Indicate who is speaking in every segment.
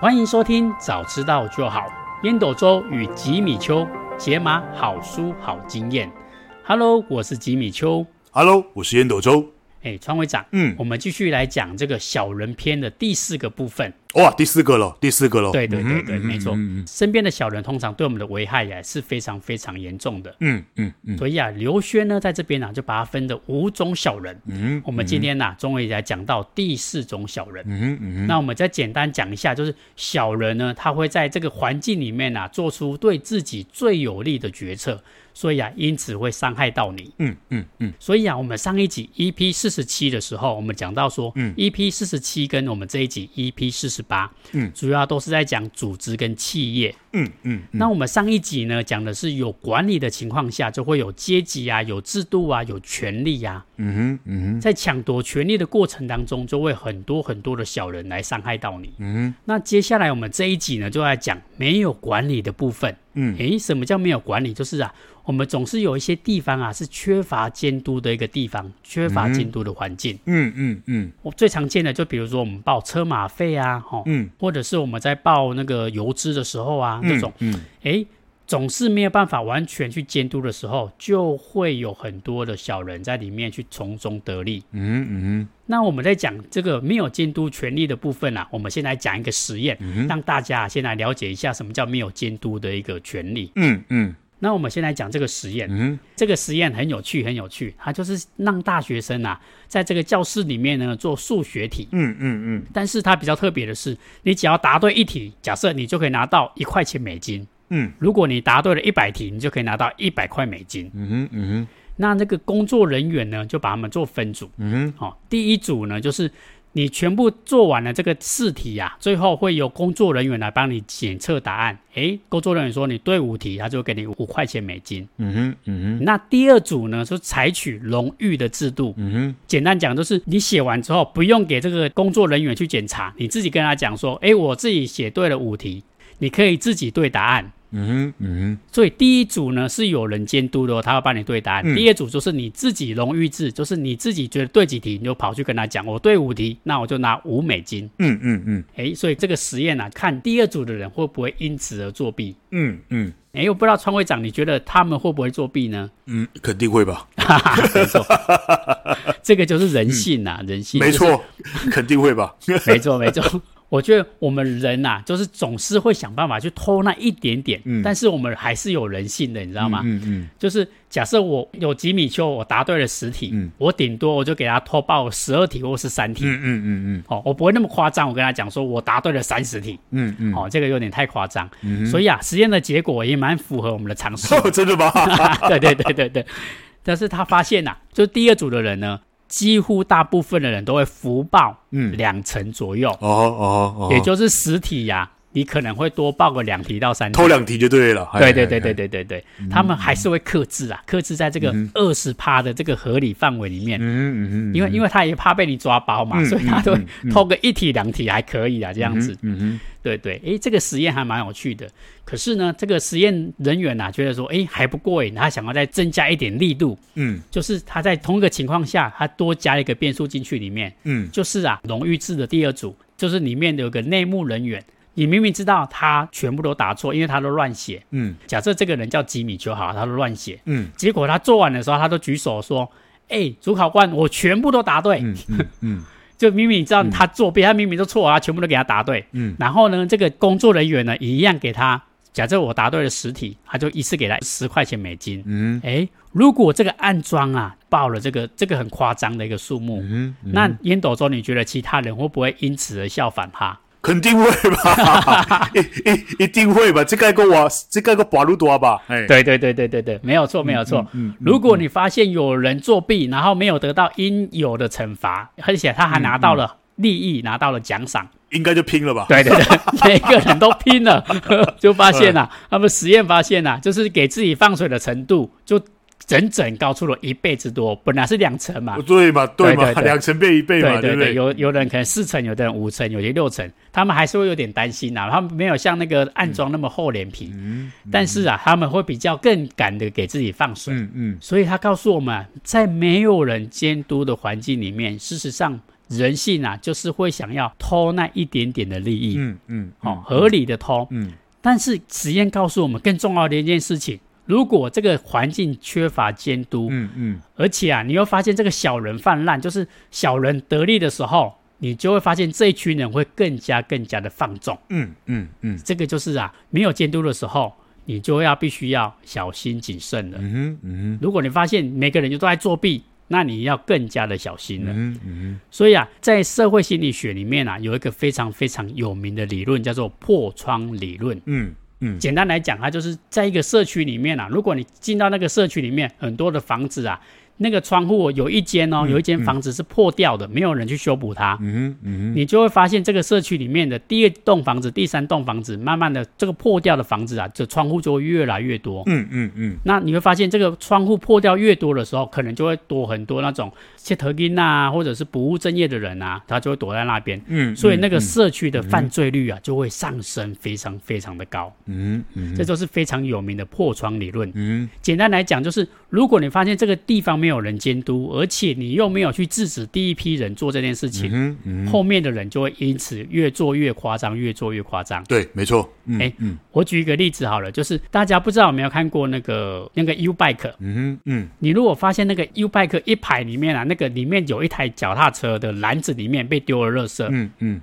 Speaker 1: 欢迎收听《早知道就好》，烟斗周与吉米秋解码好书好经验。Hello，我是吉米秋。
Speaker 2: Hello，我是烟斗周。
Speaker 1: 哎，川会长，
Speaker 2: 嗯
Speaker 1: 我们继续来讲这个小人篇的第四个部分。
Speaker 2: 哇，第四个了，第四个了。
Speaker 1: 对对对
Speaker 2: 嗯
Speaker 1: 对，没错，身边的小人通常对我们的危害呀是非常非常严重的。
Speaker 2: 嗯嗯嗯，
Speaker 1: 所以啊，刘轩呢在这边呢、啊就把它分的五种小人。嗯，我们今天呢、终于来讲到第四种小人。嗯嗯，那我们再简单讲一下，就是小人呢，他会在这个环境里面啊，做出对自己最有利的决策，所以啊，因此会伤害到你。
Speaker 2: 嗯嗯嗯，
Speaker 1: 所以啊，我们上一集 EP 四十七的时候，我们讲到说，嗯，EP 四十七跟我们这一集 EP 四十八，
Speaker 2: 嗯，
Speaker 1: 主要都是在讲组织跟企业，
Speaker 2: 嗯嗯
Speaker 1: 那我们上一集呢讲的是有管理的情况下，就会有阶级啊、有制度啊、有权利啊。
Speaker 2: 嗯哼嗯哼
Speaker 1: 在抢夺权利的过程当中，就会很多很多的小人来伤害到你。
Speaker 2: 嗯
Speaker 1: 那接下来我们这一集呢，就来讲没有管理的部分。
Speaker 2: 嗯
Speaker 1: 诶，什么叫没有管理？就是啊，我们总是有一些地方啊是缺乏监督的一个地方，缺乏监督的环境。
Speaker 2: 嗯嗯嗯
Speaker 1: 我最常见的就比如说我们报车马费啊，吼，
Speaker 2: 嗯
Speaker 1: 或者是我们在报那个油资的时候啊，这种。
Speaker 2: 嗯
Speaker 1: 诶，总是没有办法完全去监督的时候，就会有很多的小人在里面去从中得利。
Speaker 2: 嗯嗯
Speaker 1: 那我们在讲这个没有监督权利的部分啊，我们先来讲一个实验，
Speaker 2: 嗯
Speaker 1: 让大家啊先来了解一下什么叫没有监督的一个权利。
Speaker 2: 嗯嗯
Speaker 1: 那我们先来讲这个实验，
Speaker 2: 嗯
Speaker 1: 这个实验很有趣，很有趣，它就是让大学生啊在这个教室里面呢做数学题。
Speaker 2: 嗯嗯
Speaker 1: 但是它比较特别的是，你只要答对一题，假设你就可以拿到一块钱美金。
Speaker 2: 嗯
Speaker 1: 如果你答对了一百题，你就可以拿到一百块美金。
Speaker 2: 嗯嗯
Speaker 1: 那那个工作人员呢，就把他们做分组。
Speaker 2: 嗯
Speaker 1: 哦，第一组呢，就是你全部做完了这个试题呀、最后会由工作人员来帮你检测答案。诶，工作人员说你对五题，他就给你五块钱美金。
Speaker 2: 嗯嗯
Speaker 1: 那第二组呢，就采取荣誉的制度。
Speaker 2: 嗯
Speaker 1: 简单讲，就是你写完之后，不用给这个工作人员去检查，你自己跟他讲说，诶，我自己写对了五题，你可以自己对答案。
Speaker 2: 嗯嗯
Speaker 1: 所以第一组呢是有人监督的、哦，他要帮你对答案。
Speaker 2: 嗯
Speaker 1: 第二组就是你自己荣誉制，就是你自己觉得对几题，你就跑去跟他讲，我对五题，那我就拿五美金。
Speaker 2: 嗯嗯
Speaker 1: 诶，所以这个实验啊，看第二组的人会不会因此而作弊。
Speaker 2: 嗯嗯
Speaker 1: 诶，我不知道川会长，你觉得他们会不会作弊呢？
Speaker 2: 嗯，肯定会 吧？
Speaker 1: 哈哈，没错，这个就是人性呐、人性。
Speaker 2: 没，错，肯定会吧？
Speaker 1: 没错，没错。我觉得我们人呐、就是总是会想办法去偷那一点点，
Speaker 2: 嗯
Speaker 1: 但是我们还是有人性的，你知道吗？
Speaker 2: 嗯嗯
Speaker 1: 就是假设我有几米丘，我答对了十题，
Speaker 2: 嗯
Speaker 1: 我顶多我就给他偷报十二题或是三题。
Speaker 2: 嗯嗯嗯
Speaker 1: 哦，我不会那么夸张，我跟他讲说我答对了三十题，
Speaker 2: 嗯嗯
Speaker 1: 哦，这个有点太夸张，所以啊，实验的结果也蛮符合我们的常识的，
Speaker 2: 嗯，真的吗？
Speaker 1: 对对对对对。但是他发现呐、啊就是第二组的人呢，几乎大部分的人都会福报
Speaker 2: 嗯
Speaker 1: 两成左右，
Speaker 2: 哦哦哦，
Speaker 1: 也就是十题呀、你可能会多报个两题到三题
Speaker 2: 偷。两题就对了。哎
Speaker 1: 对对对对对对对，
Speaker 2: 嗯
Speaker 1: 他们还是会克制啊，克制在这个二十趴的这个合理范围里面，
Speaker 2: 嗯嗯嗯，
Speaker 1: 因为因为他也怕被你抓包嘛，
Speaker 2: 嗯
Speaker 1: 所以他都会偷个一题两题还可以啊，这样子，
Speaker 2: 嗯
Speaker 1: 对对，诶，这个实验还蛮有趣的。可是呢，这个实验人员呐、啊觉得说，诶，还不过瘾，他想要再增加一点力度，
Speaker 2: 嗯
Speaker 1: 就是他在同一个情况下，他多加一个变数进去里面，
Speaker 2: 嗯
Speaker 1: 就是啊，荣誉制的第二组，就是里面有个内幕人员，你明明知道他全部都答错，因为他都乱写，
Speaker 2: 嗯
Speaker 1: 假设这个人叫吉米就好，他都乱写，
Speaker 2: 嗯
Speaker 1: 结果他做完的时候，他都举手说：“哎、主考官，我全部都答对。
Speaker 2: 嗯嗯嗯
Speaker 1: 就明明你知道他作弊，他明明都错，他全部都给他答对。
Speaker 2: 嗯
Speaker 1: 然后呢，这个工作人员呢，一样给他，假设我答对了十题，他就一次给他十块钱美金。
Speaker 2: 嗯
Speaker 1: 哎、如果这个暗装啊报了这个这个很夸张的一个数目，
Speaker 2: 嗯，
Speaker 1: 那烟斗中你觉得其他人会不会因此而效仿他？
Speaker 2: 肯定会吧， 一一一定会吧，这个个我，这个个巴鲁多吧，哎，
Speaker 1: 对嗯对对对对对，没有错没有错。如果你发现有人作弊，然后没有得到应有的惩罚，而且他还拿到了利益，拿到了奖赏，
Speaker 2: 应该就拼了吧，
Speaker 1: 嗯对对对， 每个人都拼了，就发现了、他们实验发现了、就是给自己放水的程度就整整高出了一倍之多，本来是两成嘛。
Speaker 2: 对嘛，对
Speaker 1: 对
Speaker 2: 嘛
Speaker 1: 对，对
Speaker 2: 两成变一倍嘛，
Speaker 1: 对
Speaker 2: 不
Speaker 1: 对，
Speaker 2: 对？
Speaker 1: 有有的人可能四成，有的人五成，有些六成，他们还是会有点担心呐、啊他们没有像那个暗装那么厚脸皮，
Speaker 2: 嗯
Speaker 1: 但是啊，他们会比较更敢的给自己放水。
Speaker 2: 嗯嗯
Speaker 1: 所以他告诉我们啊，在没有人监督的环境里面，事实上人性啊，就是会想要偷那一点点的利益，
Speaker 2: 嗯嗯，
Speaker 1: 哦，合理的偷。
Speaker 2: 嗯
Speaker 1: 但是实验告诉我们更重要的一件事情：如果这个环境缺乏监督，
Speaker 2: 嗯嗯
Speaker 1: 而且啊，你又发现这个小人泛滥，就是小人得利的时候，你就会发现这一群人会更加更加的放纵。
Speaker 2: 嗯嗯嗯
Speaker 1: 这个就是啊，没有监督的时候，你就要必须要小心谨慎了。
Speaker 2: 嗯嗯
Speaker 1: 如果你发现每个人就都在作弊，那你要更加的小心了。
Speaker 2: 嗯嗯
Speaker 1: 所以啊，在社会心理学里面啊，有一个非常非常有名的理论，叫做破窗理论。
Speaker 2: 嗯嗯
Speaker 1: 简单来讲，它就是在一个社区里面啊，如果你进到那个社区里面，很多的房子啊，那个窗户有一间哦，有一间房子是破掉的，没有人去修补它，
Speaker 2: 嗯嗯
Speaker 1: 你就会发现这个社区里面的第二栋房子、第三栋房子，慢慢的这个破掉的房子啊，这窗户就会越来越多。
Speaker 2: 嗯嗯嗯
Speaker 1: 那你会发现，这个窗户破掉越多的时候，可能就会多很多那种切头金啊，或者是不务正业的人啊，他就会躲在那边，
Speaker 2: 嗯，
Speaker 1: 所以那个社区的犯罪率啊，就会上升非常非常的高。
Speaker 2: 嗯嗯
Speaker 1: 这就是非常有名的破窗理论。
Speaker 2: 嗯
Speaker 1: 简单来讲，就是如果你发现这个地方没有人监督，而且你又没有去制止第一批人做这件事情，
Speaker 2: 嗯嗯，
Speaker 1: 后面的人就会因此越做越夸张，越做越夸张。
Speaker 2: 对，没错，嗯嗯
Speaker 1: 我举一个例子好了，就是大家不知道有没有看过那个那个 U Bike，
Speaker 2: 嗯嗯
Speaker 1: 你如果发现那个 U Bike 一排里面啊，那个里面有一台脚踏车的篮子里面被丢了垃圾，
Speaker 2: 嗯嗯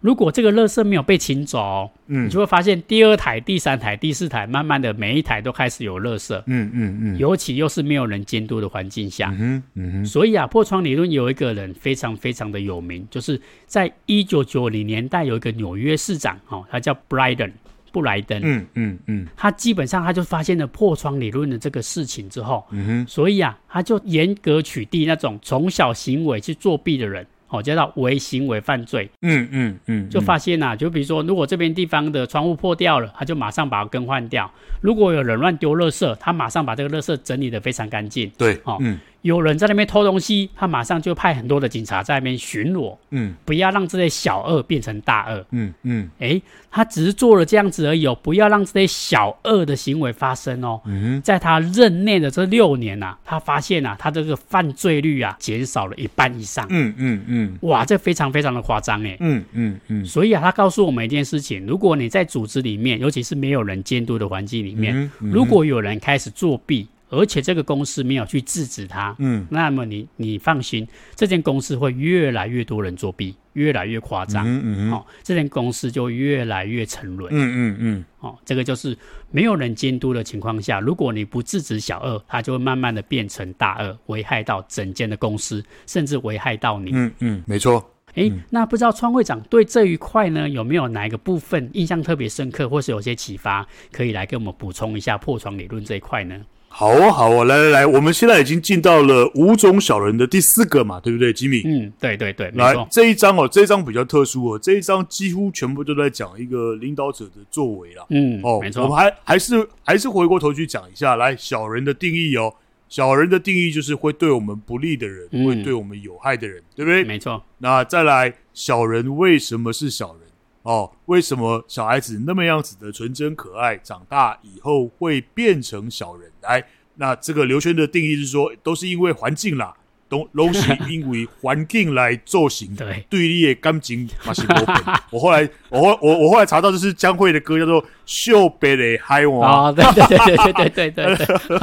Speaker 1: 如果这个垃圾没有被请走，哦你
Speaker 2: 嗯
Speaker 1: 就会发现第二台、第三台、第四台，慢慢的每一台都开始有垃圾。
Speaker 2: 嗯嗯嗯，
Speaker 1: 尤其又是没有人监督的环境下，
Speaker 2: 嗯嗯
Speaker 1: 所以啊，破窗理论有一个人非常非常的有名，就是在一九九零年代有一个纽约市长，哦，他叫 Bryden 布莱登，
Speaker 2: 嗯嗯嗯
Speaker 1: 他基本上他就发现了破窗理论的这个事情之后，
Speaker 2: 嗯
Speaker 1: 所以啊，他就严格取缔那种从小行为去作弊的人。哦，叫做为行为犯罪，
Speaker 2: 嗯嗯嗯，
Speaker 1: 就发现啊，就比如说，如果这边地方的窗户破掉了，他就马上把它更换掉；如果有人乱丢垃圾，他马上把这个垃圾整理得非常干净；
Speaker 2: 对，
Speaker 1: 哦
Speaker 2: 嗯
Speaker 1: 有人在那边偷东西，他马上就派很多的警察在那边巡逻，
Speaker 2: 嗯
Speaker 1: 不要让这些小恶变成大恶。
Speaker 2: 嗯嗯
Speaker 1: 诶，他只是做了这样子而已哦，不要让这些小恶的行为发生哦。
Speaker 2: 嗯
Speaker 1: 在他任内的这六年呐、啊，他发现啊，他这个犯罪率啊减少了一半以上，
Speaker 2: 嗯嗯嗯
Speaker 1: 哇，这非常非常的夸张诶。
Speaker 2: 嗯嗯嗯，
Speaker 1: 所以啊，他告诉我们一件事情：如果你在组织里面，尤其是没有人监督的环境里
Speaker 2: 嗯
Speaker 1: 面，如果有人开始作弊，而且这个公司没有去制止他，
Speaker 2: 嗯
Speaker 1: 那么你你放心，这间公司会越来越多人作弊，越来越夸张。
Speaker 2: 嗯嗯
Speaker 1: 哦，这间公司就越来越沉沦。
Speaker 2: 嗯嗯嗯
Speaker 1: 哦，这个就是没有人监督的情况下，如果你不制止小恶，它就会慢慢的变成大恶，危害到整间的公司，甚至危害到你。
Speaker 2: 嗯嗯，没错，
Speaker 1: 诶，那不知道川会长对这一块呢，有没有哪一个部分印象特别深刻，或是有些启发，可以来给我们补充一下破窗理论这一块呢？
Speaker 2: 好啊，好啊，来来来，我们现在已经进到了五种小人的第四个嘛，对不对，吉米？
Speaker 1: 嗯，对对对，没
Speaker 2: 来
Speaker 1: 错，
Speaker 2: 这一章哦，这一章比较特殊哦，这一章几乎全部都在讲一个领导者的作为啦。
Speaker 1: 嗯，没
Speaker 2: 哦，我们
Speaker 1: 错，
Speaker 2: 还还是还是回过头去讲一下，来小人的定义哦。小人的定义就是会对我们不利的人，
Speaker 1: 嗯
Speaker 2: 会对我们有害的人，对不对？
Speaker 1: 没错，
Speaker 2: 那再来，小人为什么是小人？哦，为什么小孩子那么样子的纯真可爱，长大以后会变成小人？来，那这个刘轩的定义是说，都是因为环境啦，东东西因为环境来造成的。
Speaker 1: 对，
Speaker 2: 对立的感情嘛是无变。 我后来，我后我我后来查到，这是江蕙的歌叫做《秀北的海王》。
Speaker 1: 哦，对对对对对对对对对，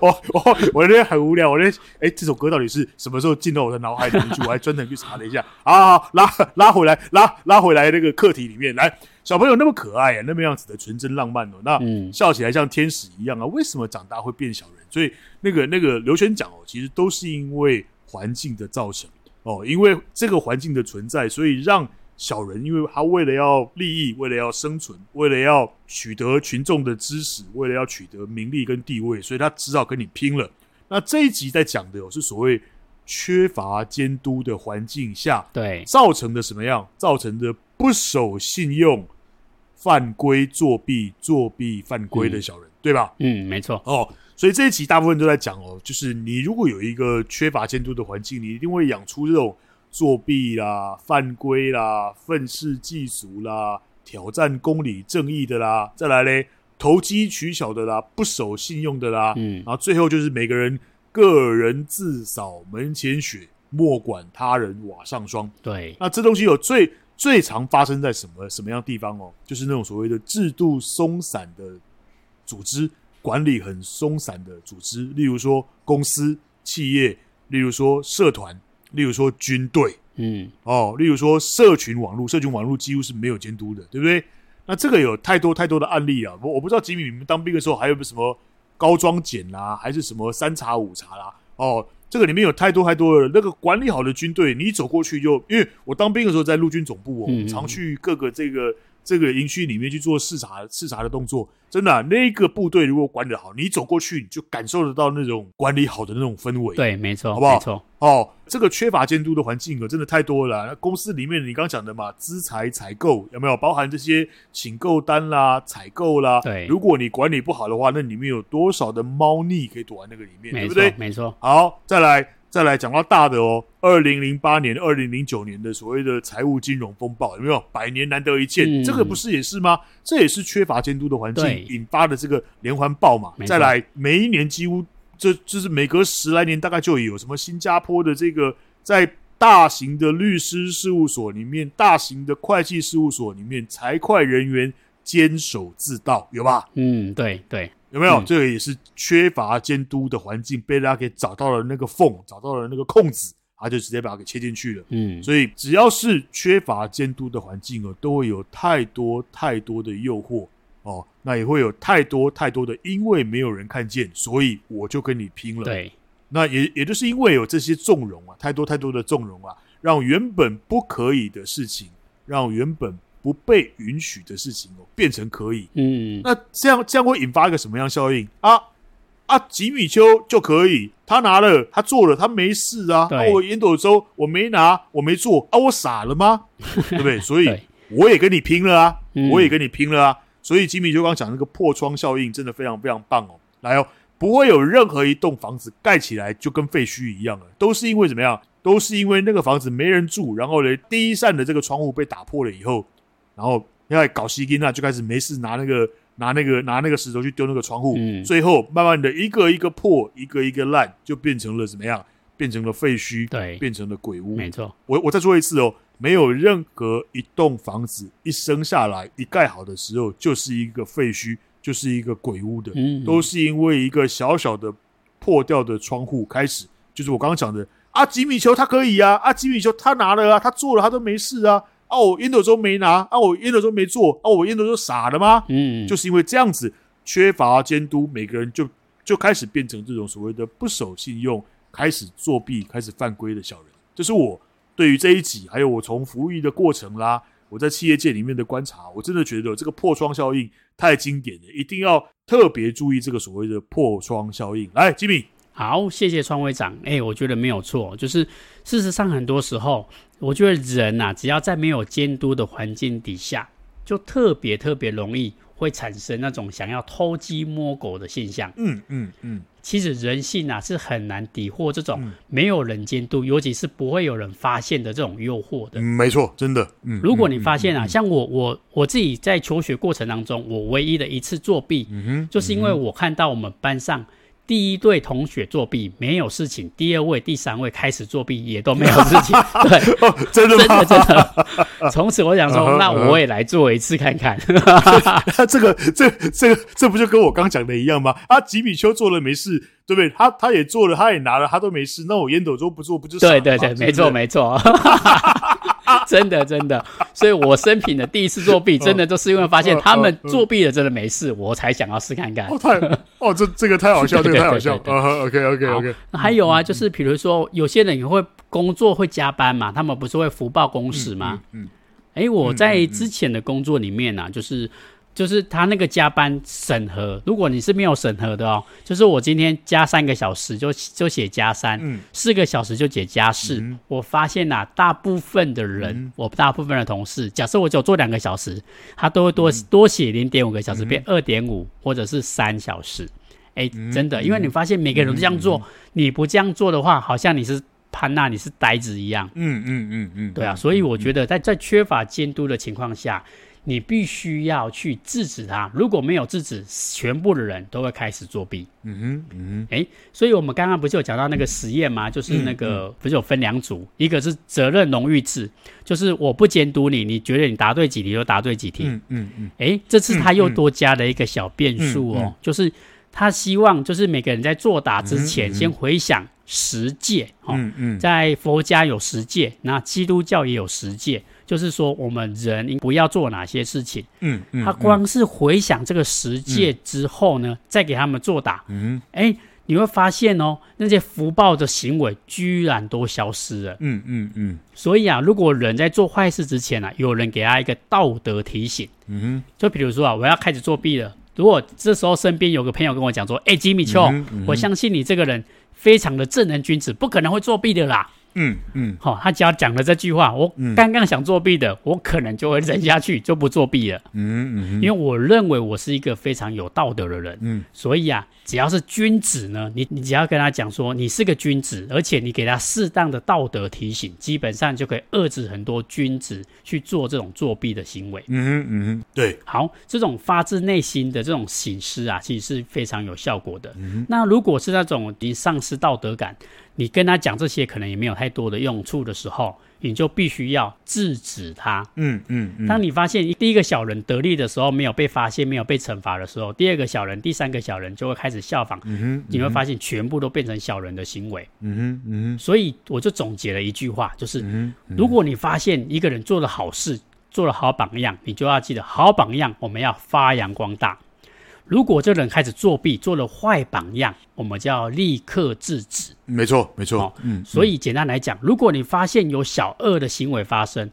Speaker 2: 我我我那天很无聊，我那天哎、这首歌到底是什么时候进到我的脑海里面去？我还专程去查了一下啊，好拉拉回来，拉拉回来那个课题里面来。小朋友那么可爱啊呀、那么样子的纯真浪漫哦，那
Speaker 1: 嗯
Speaker 2: 笑起来像天使一样啊，为什么长大会变小人？所以那个那个刘轩讲哦，其实都是因为环境的造成哦，因为这个环境的存在，所以让小人，因为他为了要利益，为了要生存，为了要取得群众的支持，为了要取得名利跟地位，所以他只好跟你拼了。那这一集在讲的哦，是所谓缺乏监督的环境下
Speaker 1: 对，
Speaker 2: 造成的什么样？造成的不守信用、犯规、作弊、作弊、犯规的小人，对吧？
Speaker 1: 嗯，没错，
Speaker 2: 哦，所以这一集大部分都在讲哦，就是你如果有一个缺乏监督的环境，你一定会养出这种作弊啦、犯规啦、愤世嫉俗啦、挑战公理正义的啦，再来嘞，投机取巧的啦、不守信用的啦，
Speaker 1: 嗯
Speaker 2: 然后最后就是每个人个人自扫门前雪莫管他人瓦上霜。
Speaker 1: 对，
Speaker 2: 那这东西有最最常发生在什么什么样的地方哦？就是那种所谓的制度松散的组织，管理很松散的组织，例如说公司、企业，例如说社团，例如说军队
Speaker 1: 嗯，
Speaker 2: 哦，例如说社群网络，社群网络几乎是没有监督的，对不对？那这个有太多太多的案例啊！我我不知道吉米，你们当兵的时候还有没有什么高装检啦，还是什么三查五查啦？哦，这个里面有太多太多的那个管理好的军队，你一走过去就，因为我当兵的时候在陆军总部哦，
Speaker 1: 嗯嗯嗯
Speaker 2: 常去各个这个这个营区里面去做视察视察的动作。真的啊、那个部队如果管理得好，你一走过去你就感受得到那种管理好的那种氛围。
Speaker 1: 对，没错，
Speaker 2: 好不好
Speaker 1: 没错，
Speaker 2: 哦，这个缺乏监督的环境哦，真的太多了啊。那公司里面你刚讲的嘛，资财采购有没有包含这些请购单啦、采购啦？
Speaker 1: 对
Speaker 2: 如果你管理不好的话，那里面有多少的猫腻可以躲在那个里面，对
Speaker 1: 没
Speaker 2: 不
Speaker 1: 错
Speaker 2: 对，？
Speaker 1: 没错，
Speaker 2: 好，再来再来讲到大的哦，二零零八年、二零零九年的所谓的财务金融风暴，有没有百年难得一见？
Speaker 1: 嗯
Speaker 2: 这个不是也是吗？这也是缺乏监督的环境
Speaker 1: 对
Speaker 2: 引发的这个连环爆嘛
Speaker 1: 没。错
Speaker 2: 再来，每一年几乎这就是每隔十来年大概就有什么新加坡的这个在。大型的律师事务所里面，大型的会计事务所里面，财会人员监守自盗，有吧？
Speaker 1: 嗯，对对，
Speaker 2: 有没有？
Speaker 1: 嗯
Speaker 2: 这个也是缺乏监督的环境，被大家给找到了那个缝，找到了那个空子，他就直接把它给切进去了。
Speaker 1: 嗯，
Speaker 2: 所以，只要是缺乏监督的环境哦，都会有太多太多的诱惑哦，那也会有太多太多的，因为没有人看见，所以我就跟你拼了。
Speaker 1: 对，
Speaker 2: 那也也就是因为有这些纵容啊，太多太多的纵容啊，让原本不可以的事情，让原本不被允许的事情哦，变成可以。
Speaker 1: 嗯，
Speaker 2: 那这样这样会引发一个什么样效应啊？啊，吉米丘就可以，他拿了，他做了，他没事啊。
Speaker 1: 对
Speaker 2: 啊我烟斗周我没拿，我没做啊，我傻了 吗？对不对？所以
Speaker 1: 对
Speaker 2: 我也跟你拼了啊，
Speaker 1: 嗯
Speaker 2: 我也跟你拼了啊。所以吉米丘刚讲那个破窗效应真的非常非常棒哦。来哦，不会有任何一栋房子盖起来就跟废墟一样了，都是因为怎么样？都是因为那个房子没人住，然后呢，第一扇的这个窗户被打破了以后，然后要搞西金娜就开始没事拿那个拿那个拿那个石头去丢那个窗户，
Speaker 1: 嗯
Speaker 2: 最后慢慢的一个一个破，一个一个烂，就变成了怎么样？变成了废墟，
Speaker 1: 对
Speaker 2: 变成了鬼屋。
Speaker 1: 没错，
Speaker 2: 我我再说一次哦，没有任何一栋房子一生下来一盖好的时候就是一个废墟，就是一个鬼屋的，
Speaker 1: 嗯，
Speaker 2: 都是因为一个小小的破掉的窗户开始，就是我刚刚讲的啊，吉米球他可以啊，啊吉米球他拿了啊，他做了他都没事啊，啊我烟斗周没拿，啊我烟斗周没做，啊我烟斗周傻了吗？
Speaker 1: 嗯，
Speaker 2: 就是因为这样子缺乏监督，每个人就就开始变成这种所谓的不守信用，开始作弊，开始犯规的小人。这是我对于这一集，还有我从服务役的过程啦，我在企业界里面的观察，我真的觉得这个破窗效应太经典了，一定要特别注意这个所谓的破窗效应。来，吉米，
Speaker 1: 好，谢谢川会长。哎、我觉得没有错，就是事实上很多时候，我觉得人呐、只要在没有监督的环境底下，就特别特别容易会产生那种想要偷鸡摸狗的现象。
Speaker 2: 嗯嗯嗯，
Speaker 1: 其实人性啊是很难抵获这种
Speaker 2: 嗯
Speaker 1: 没有人监督，尤其是不会有人发现的这种诱惑的。
Speaker 2: 没错，真的。嗯，
Speaker 1: 如果你发现啊，像我我我自己在求学过程当中，我唯一的一次作弊，
Speaker 2: 嗯
Speaker 1: 就是因为我看到我们班上第一对同学作弊没有事情，第二位、第三位开始作弊也都没有事 情，对，
Speaker 2: 哦、 真的
Speaker 1: 真
Speaker 2: 吗
Speaker 1: 的？真 的。从此我想
Speaker 2: 嗯哼
Speaker 1: 说，那
Speaker 2: 嗯哼
Speaker 1: 我也来做一次看看。
Speaker 2: 啊这个这这个这不就跟我刚讲的一样吗？啊，吉米丘做了没事，对不对？他他也做了，他也拿了，他都没事。那我烟斗周不做，不就傻了
Speaker 1: 对
Speaker 2: 吗
Speaker 1: 对对，没错。没错， 真的真的。所以我生平的第一次作
Speaker 2: 哦
Speaker 1: 弊，真的就是因为发现他们作弊了真的没事，我才想要试看看
Speaker 2: 是。不是哦，太哦，这这个太 好笑，这
Speaker 1: 对
Speaker 2: 个
Speaker 1: 对
Speaker 2: 太好
Speaker 1: 对
Speaker 2: 笑。
Speaker 1: 对对
Speaker 2: 啊，OK OK
Speaker 1: 好
Speaker 2: OK，嗯
Speaker 1: 那还有啊，就是比如说有些人也会工作会加班嘛，他们不是会福报工时吗？
Speaker 2: 嗯嗯嗯
Speaker 1: 哎、我
Speaker 2: 嗯
Speaker 1: 在
Speaker 2: 嗯嗯
Speaker 1: 之前的工作里面呢、啊，就是就是他那个加班审核，如果你是没有审核的哦，就是我今天加三个小时就就写加三、
Speaker 2: 嗯
Speaker 1: 四个小时就写加四、
Speaker 2: 嗯
Speaker 1: 我发现呐、大部分的人，
Speaker 2: 嗯
Speaker 1: 我大部分的同事，假设我只有做两个小时，他都会
Speaker 2: 嗯
Speaker 1: 多、多写零点五个小时，变二点五或者是三小时。哎、
Speaker 2: 嗯
Speaker 1: 真的，因为你发现每个人都这样做，你不这样做的话，好像你是潘娜，你是呆子一样。啊
Speaker 2: 嗯嗯嗯嗯，
Speaker 1: 对啊，所以我觉得在在缺乏监督的情况下，你必须要去制止他。如果没有制止，全部的人都会开始作弊。
Speaker 2: 嗯哼，嗯
Speaker 1: 诶，所以我们刚刚不是有讲到那个实验吗？就是那
Speaker 2: 嗯
Speaker 1: 个、不是有分两组，一个是责任荣誉制，就是我不监督你，你觉得你答对几题就答对几题。
Speaker 2: 哼，嗯嗯嗯，
Speaker 1: 诶，这次他又多加了一个小变数哦，
Speaker 2: 嗯嗯嗯
Speaker 1: 就是他希望就是每个人在作答之
Speaker 2: 嗯
Speaker 1: 前
Speaker 2: 嗯
Speaker 1: 先回想十戒哦，
Speaker 2: 嗯嗯，
Speaker 1: 在佛家有十戒，那基督教也有十戒，就是说我们人应不要做哪些事情。
Speaker 2: 嗯嗯，
Speaker 1: 他光是回想这个十戒之后呢，再给他们作答，
Speaker 2: 嗯，
Speaker 1: 哎，你会发现哦，那些福报的行为居然都消失了。
Speaker 2: 嗯嗯嗯
Speaker 1: 所以啊，如果人在做坏事之前啊，有人给他一个道德提醒，
Speaker 2: 嗯
Speaker 1: 就比如说啊，我要开始作弊了。如果这时候身边有个朋友跟我讲说：“哎、吉米丘，
Speaker 2: 嗯嗯
Speaker 1: 我相信你这个人非常的正人君子，不可能会作弊的啦。”
Speaker 2: 嗯嗯
Speaker 1: 好、他只要讲了这句话，我
Speaker 2: 嗯
Speaker 1: 刚刚想作弊的，我可能就会忍下去，就不作弊了，
Speaker 2: 嗯嗯，
Speaker 1: 因为我认为我是一个非常有道德的人。
Speaker 2: 嗯，
Speaker 1: 所以啊，只要是君子呢，你你只要跟他讲说你是个君子，而且你给他适当的道德提醒，基本上就可以遏制很多君子去做这种作弊的行为。
Speaker 2: 嗯嗯，对，
Speaker 1: 好，这种发自内心的这种醒思啊，其实是非常有效果的。那如果是那种你丧失道德感，你跟他讲这些可能也没有太多的用处的时候，你就必须要制止他。
Speaker 2: 嗯嗯嗯，
Speaker 1: 当你发现第一个小人得利的时候没有被发现、没有被惩罚的时候，第二个小人、第三个小人就会开始效仿，
Speaker 2: 嗯
Speaker 1: 你会发现全部都变成小人的行为。
Speaker 2: 嗯嗯
Speaker 1: 所以我就总结了一句话，就是
Speaker 2: 嗯
Speaker 1: 如果你发现一个人做了好事，做了好榜样，你就要记得好榜样我们要发扬光大。如果这人开始作弊，做了坏榜样，我们就要立刻制止。
Speaker 2: 没错没错，嗯，
Speaker 1: 所以简单来讲，如果你发现有小恶的行为发生，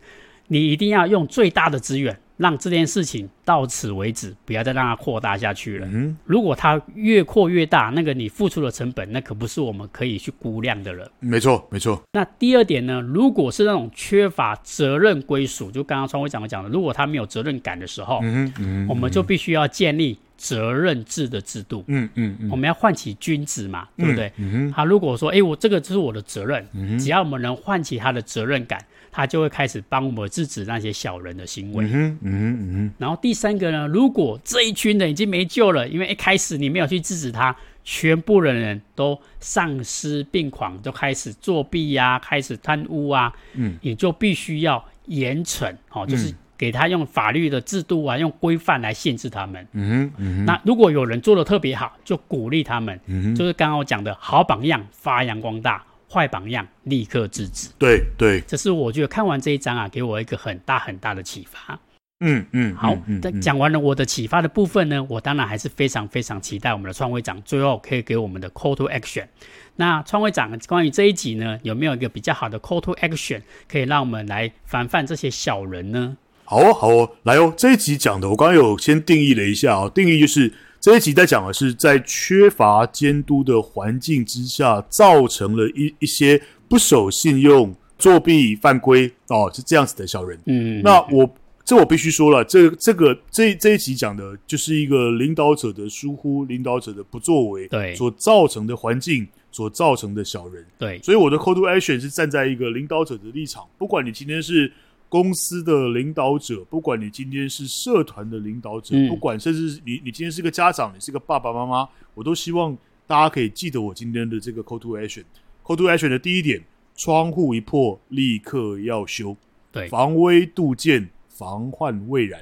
Speaker 1: 你一定要用最大的资源让这件事情到此为止，不要再让它扩大下去了。
Speaker 2: 嗯
Speaker 1: 如果它越扩越大，那个你付出的成本，那可不是我们可以去估量的了。
Speaker 2: 没错没错，
Speaker 1: 那第二点呢，如果是那种缺乏责任归属，就刚刚川会长讲的，如果他没有责任感的时候，
Speaker 2: 嗯嗯
Speaker 1: 我们就必须要建立责任制的制度。
Speaker 2: 嗯嗯嗯，
Speaker 1: 我们要唤起君子嘛，对不对？
Speaker 2: 嗯
Speaker 1: 他如果说，哎，我这个就是我的责任，只要我们能唤起他的责任感，他就会开始帮我们制止那些小人的行为。
Speaker 2: 嗯嗯嗯
Speaker 1: 然后第三个呢，如果这一群人已经没救了，因为一开始你没有去制止他，全部的人都丧失病狂，都开始作弊呀、开始贪污啊，
Speaker 2: 嗯，
Speaker 1: 你就必须要严惩，哦，就是
Speaker 2: 嗯
Speaker 1: 给他用法律的制度啊，用规范来限制他们。
Speaker 2: 嗯嗯
Speaker 1: 那如果有人做的特别好，就鼓励他们，
Speaker 2: 嗯
Speaker 1: 就是刚刚我讲的好榜样发扬光大，坏榜样立刻制止。
Speaker 2: 对对，
Speaker 1: 这是我觉得看完这一章啊，给我一个很大很大的启发。
Speaker 2: 嗯嗯，
Speaker 1: 好，那讲完了我的启发的部分呢，我当然还是非常非常期待我们的创会长最后可以给我们的 call to action。那创会长关于这一集呢，有没有一个比较好的 call to action 可以让我们来防范这些小人呢？
Speaker 2: 好哦，好哦，来哦！这一集讲的，我刚刚有先定义了一下哦，定义就是这一集在讲的是在缺乏监督的环境之下，造成了一一些不守信用、作弊、犯规哦，是这样子的小人。
Speaker 1: 嗯，
Speaker 2: 那我这我必须说了，这这个这这一集讲的就是一个领导者的疏忽、领导者的不作为，
Speaker 1: 对
Speaker 2: 所造成的环境所造成的小人。
Speaker 1: 对，
Speaker 2: 所以我的 call to action 是站在一个领导者的立场，不管你今天是公司的领导者，不管你今天是社团的领导者，
Speaker 1: 嗯
Speaker 2: 不管甚至是你你今天是个家长，你是个爸爸妈妈，我都希望大家可以记得我今天的这个 call to action。call to action 的第一点，窗户一破立刻要修，
Speaker 1: 对
Speaker 2: 防微杜渐，防患未然，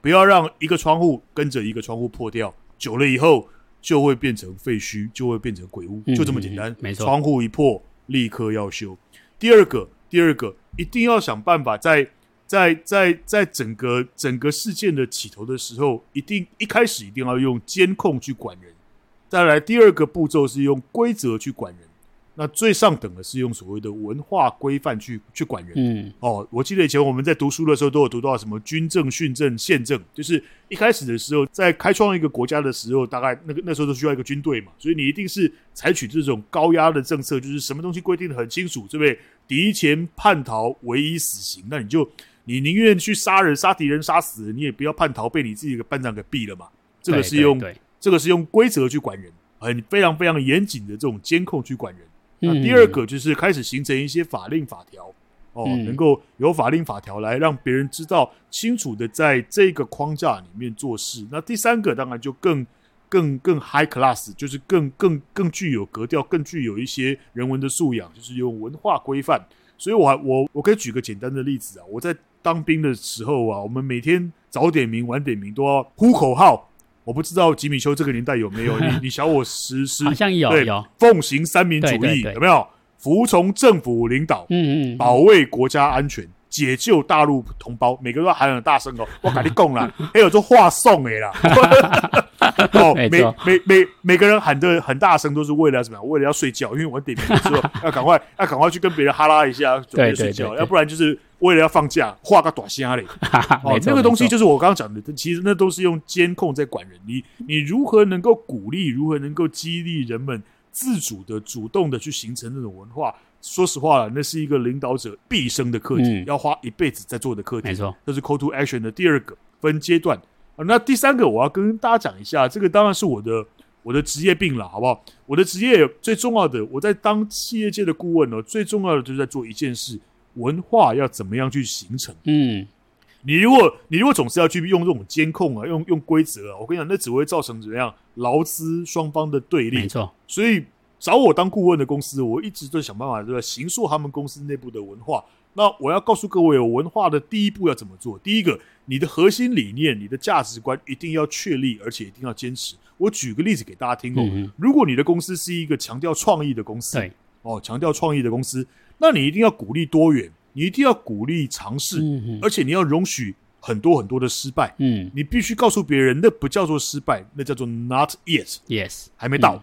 Speaker 2: 不要让一个窗户跟着一个窗户破掉，久了以后就会变成废墟，就会变成鬼屋，
Speaker 1: 嗯
Speaker 2: 就这么简单。
Speaker 1: 嗯嗯没错
Speaker 2: 窗户一破，立刻要修。第二个，第二个，一定要想办法在在在在整个整个事件的起头的时候，一定一开始一定要用监控去管人。再来第二个步骤是用规则去管人，那最上等的是用所谓的文化规范去去管人。
Speaker 1: 嗯，
Speaker 2: 哦，我记得以前我们在读书的时候都有读到什么军政、训政、宪政，就是一开始的时候，在开创一个国家的时候，大概那个那时候都需要一个军队嘛，所以你一定是采取这种高压的政策，就是什么东西规定的很清楚，对不对？敌前叛逃，唯一死刑，那你就你宁愿去杀人、杀敌人、杀死人，你也不要叛逃，被你自己的班长给毙了嘛。这个
Speaker 1: 对
Speaker 2: 是
Speaker 1: 对
Speaker 2: 用
Speaker 1: 对，
Speaker 2: 这个是用规则去管人，很非常非常严谨的这种监控去管人。那
Speaker 1: 嗯
Speaker 2: 第二个就是开始形成一些法令法条，哦，
Speaker 1: 嗯
Speaker 2: 能够有法令法条来让别人知道清楚的在这个框架里面做事。那第三个当然就更更更 high class，就是更更更具有格调，更具有一些人文的素养，就是用文化规范。所以我还我我可以举个简单的例子啊，我在当兵的时候啊，我们每天早点名晚点名都要呼口号。我不知道吉米修这个年代有没有，你你小我十十
Speaker 1: 好像有
Speaker 2: 对
Speaker 1: 有，
Speaker 2: 奉行三民主
Speaker 1: 对
Speaker 2: 义，
Speaker 1: 对对
Speaker 2: 有没有？服从政府领导，
Speaker 1: 嗯嗯，
Speaker 2: 保卫国家安全，解救大陆同胞，每个都要喊很大 声哦！我跟你讲啦，还有这话送哎啦，哦，每
Speaker 1: 没错
Speaker 2: 每每每个人喊的很大声，都是为了什么样？为了要睡觉，因为我点名的时 候要赶快要赶快去跟别人哈拉一下，准
Speaker 1: 对
Speaker 2: 备
Speaker 1: 对
Speaker 2: 睡觉，
Speaker 1: 对对
Speaker 2: 要不然就是为了要放假，画个短虾嘞。
Speaker 1: 哈哈
Speaker 2: 哦
Speaker 1: 没，错
Speaker 2: 那个东西
Speaker 1: 没错
Speaker 2: 就是我刚刚讲的，其实那都是用监控在管人。你你如何能够鼓励，如何能够激励人们自主的、主动的去形成那种文化？说实话了，那是一个领导者毕生的课题，
Speaker 1: 嗯
Speaker 2: 要花一辈子在做的课题。
Speaker 1: 没错，
Speaker 2: 这是 call to action 的第二个分阶段。啊，那第三个我要跟大家讲一下，这个当然是我的我的职业病了，好不好？我的职业最重要的，我在当企业界的顾问呢，最重要的就是在做一件事：文化要怎么样去形成。
Speaker 1: 嗯，
Speaker 2: 你如果你如果总是要去用这种监控啊，用用规则啊，我跟你讲，那只会造成怎么样劳资双方的
Speaker 1: 嗯
Speaker 2: 对
Speaker 1: 没
Speaker 2: 立。
Speaker 1: 错，
Speaker 2: 所以找我当顾问的公司，我一直都想办法对吧，形塑他们公司内部的文化。那我要告诉各位，有文化的第一步要怎么做？第一个，你的核心理念、你的价值观一定要确立，而且一定要坚持。我举个例子给大家听哦，
Speaker 1: 嗯嗯
Speaker 2: 如果你的公司是一个强调创意的公司，
Speaker 1: 对，
Speaker 2: 哦，强调创意的公司，那你一定要鼓励多元，你一定要鼓励尝试，
Speaker 1: 嗯嗯
Speaker 2: 而且你要容许很多很多的失败，
Speaker 1: 嗯
Speaker 2: 你必须告诉别人，那不叫做失败，那叫做 not yet，
Speaker 1: ，yes，
Speaker 2: 还没到，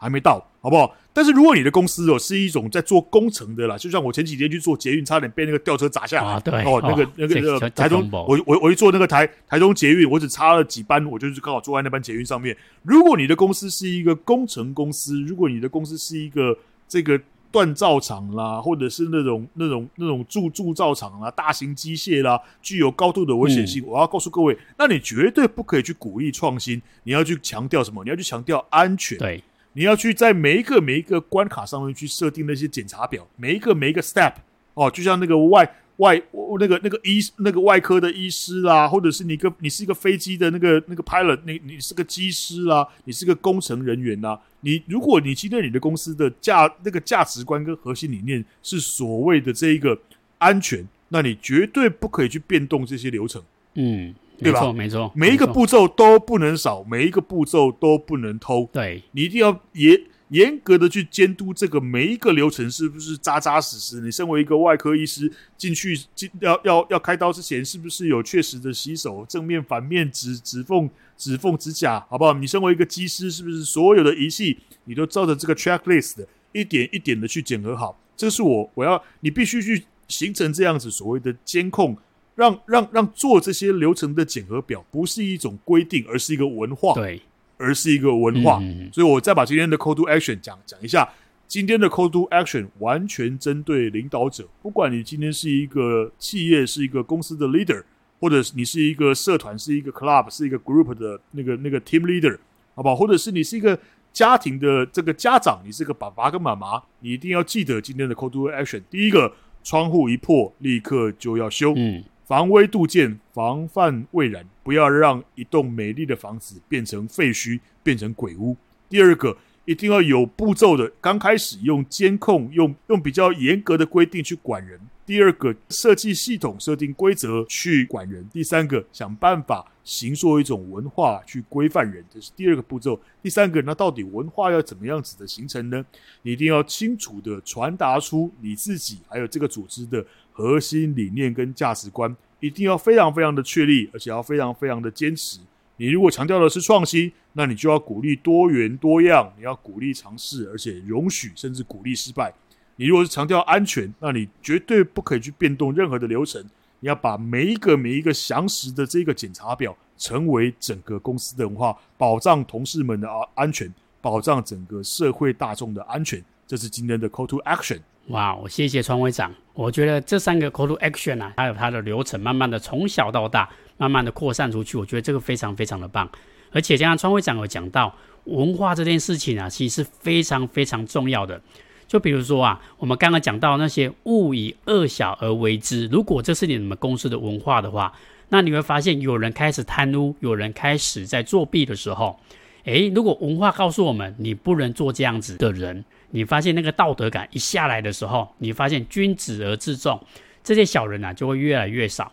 Speaker 2: 还没到，好不好？但是如果你的公司哦是一种在做工程的啦，就像我前几天去做捷运，差点被那个吊车砸下来，
Speaker 1: 啊对
Speaker 2: 哦，那个
Speaker 1: 哦
Speaker 2: 那个
Speaker 1: 这
Speaker 2: 那个
Speaker 1: 这
Speaker 2: 台中，
Speaker 1: combo
Speaker 2: 我我我一坐那个台台中捷运，我只差了几班，我就是刚好坐在那班捷运上面。如果你的公司是一个工程公司，如果你的公司是一个这个锻造厂啦，或者是那种那种那种铸铸造厂啦、大型机械啦，具有高度的
Speaker 1: 嗯
Speaker 2: 危险性，我要告诉各位，那你绝对不可以去鼓励创新，你要去强调什么？你要去强调安全。
Speaker 1: 对，
Speaker 2: 你要去在每一个每一个关卡上面去设定那些检查表，每一个每一个 step 哦，就像那个外外那个那个医那个外科的医师啦，或者是你一个你是一个飞机的那个那个 pilot，你你是个机师啦，你是个工程人员啦，你如果你今天你的公司的价那个价值观跟核心理念是所谓的这一个安全，那你绝对不可以去变动这些流程。
Speaker 1: 嗯，
Speaker 2: 对
Speaker 1: 没
Speaker 2: 吧
Speaker 1: 错没错，
Speaker 2: 每一个
Speaker 1: 没错，
Speaker 2: 步骤都不能少，每一个步骤都不能偷。
Speaker 1: 对，
Speaker 2: 你一定要严严格的去监督这个每一个流程是不是扎扎实实。你身为一个外科医师，进去进要要要开刀之前，是不是有确实的洗手、正面、反面、指指缝、指缝、指甲，好不好？你身为一个技师，是不是所有的仪器你都照着这个 checklist 一点一点的去检核好？这是我我要你必须去形成这样子所谓的监控。让让让做这些流程的检核表不是一种规定，而是一个文化，
Speaker 1: 对，
Speaker 2: 而是一个哦文化。
Speaker 1: 嗯
Speaker 2: 所以我再把今天的 call to action 讲讲一下。今天的 call to action 完全针对领导者，不管你今天是一个企业、是一个公司的 leader，或者是你是一个社团、是一个 club、是一个 group 的那个那个 team leader，好不好？或者是你是一个家庭的这个家长，你是个爸爸跟妈妈，你一定要记得今天的 call to action。第一个，窗户一破，立刻就要修。
Speaker 1: 嗯，
Speaker 2: 防微杜渐，防范未然，不要让一栋美丽的房子变成废墟，变成鬼屋。第二个，一定要有步骤的，刚开始用监控，用用比较严格的规定去管人。第二个，设计系统、设定规则去管人。第三个，想办法形塑一种文化去规范人，这是第二个步骤。第三个，那到底文化要怎么样子的形成呢？你一定要清楚的传达出你自己还有这个组织的核心理念跟价值观，一定要非常非常的确立，而且要非常非常的坚持。你如果强调的是创新，那你就要鼓励多元多样，你要鼓励尝试，而且容许甚至鼓励失败。你如果是强调安全，那你绝对不可以去变动任何的流程，你要把每一个每一个详实的这个检查表成为整个公司的文化，保障同事们的啊安全，保障整个社会大众的安全。这是今天的 call to action。
Speaker 1: 哇，我谢谢川会长。我觉得这三个 call to action 啊，还有它的流程，慢慢的从小到大，慢慢的扩散出去，我觉得这个非常非常的棒。而且加上川会长有讲到文化这件事情啊，其实是非常非常重要的。就比如说啊，我们刚刚讲到那些勿以恶小而为之，如果这是你们公司的文化的话，那你会发现有人开始贪污，有人开始在作弊的时候，诶，如果文化告诉我们你不能做这样子的人，你发现那个道德感一下来的时候，你发现君子而自重，这些小人啊就会越来越少。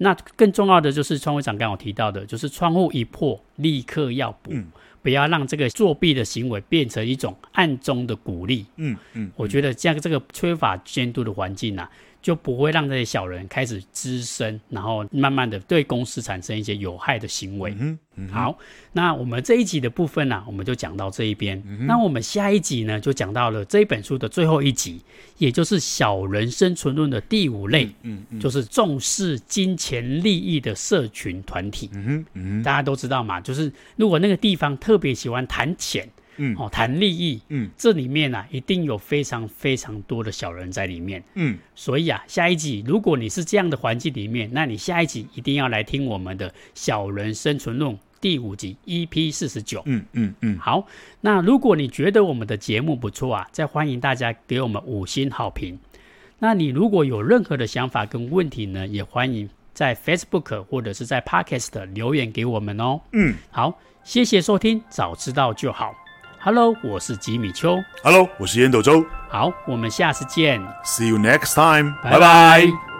Speaker 1: 那更重要的就是窗户长刚刚有提到的，就是窗户一破，立刻要补，
Speaker 2: 嗯
Speaker 1: 不要让这个作弊的行为变成一种暗中的鼓励。
Speaker 2: 嗯嗯，
Speaker 1: 我觉得这样这个缺乏监督的环境啊，就不会让这些小人开始滋生，然后慢慢的对公司产生一些有害的行为。
Speaker 2: 嗯嗯
Speaker 1: 好，那我们这一集的部分呢、啊我们就讲到这一边。
Speaker 2: 嗯
Speaker 1: 那我们下一集呢，就讲到了这一本书的最后一集，也就是《小人生存论》的第五类，
Speaker 2: 嗯嗯
Speaker 1: 就是重视金钱利益的社群团体。
Speaker 2: 嗯嗯
Speaker 1: 大家都知道嘛，就是如果那个地方特别喜欢谈钱，
Speaker 2: 嗯
Speaker 1: 哦，谈利益，
Speaker 2: 嗯
Speaker 1: 这里面啊，一定有非常非常多的小人在里面。
Speaker 2: 嗯，
Speaker 1: 所以啊，下一集如果你是这样的环境里面，那你下一集一定要来听我们的《小人生存论》第五集 EP 四十九。
Speaker 2: 嗯嗯嗯，
Speaker 1: 好，那如果你觉得我们的节目不错啊，再欢迎大家给我们五星好评。那你如果有任何的想法跟问题呢，也欢迎在 Facebook 或者是在 Podcast 留言给我们哦。
Speaker 2: 嗯
Speaker 1: 好，谢谢收听，早知道就好。Hello，我是吉米秋。
Speaker 2: ，Hello，我是烟斗周
Speaker 1: 好，我们下次见，
Speaker 2: ，See you next time，
Speaker 1: 拜拜
Speaker 2: 拜拜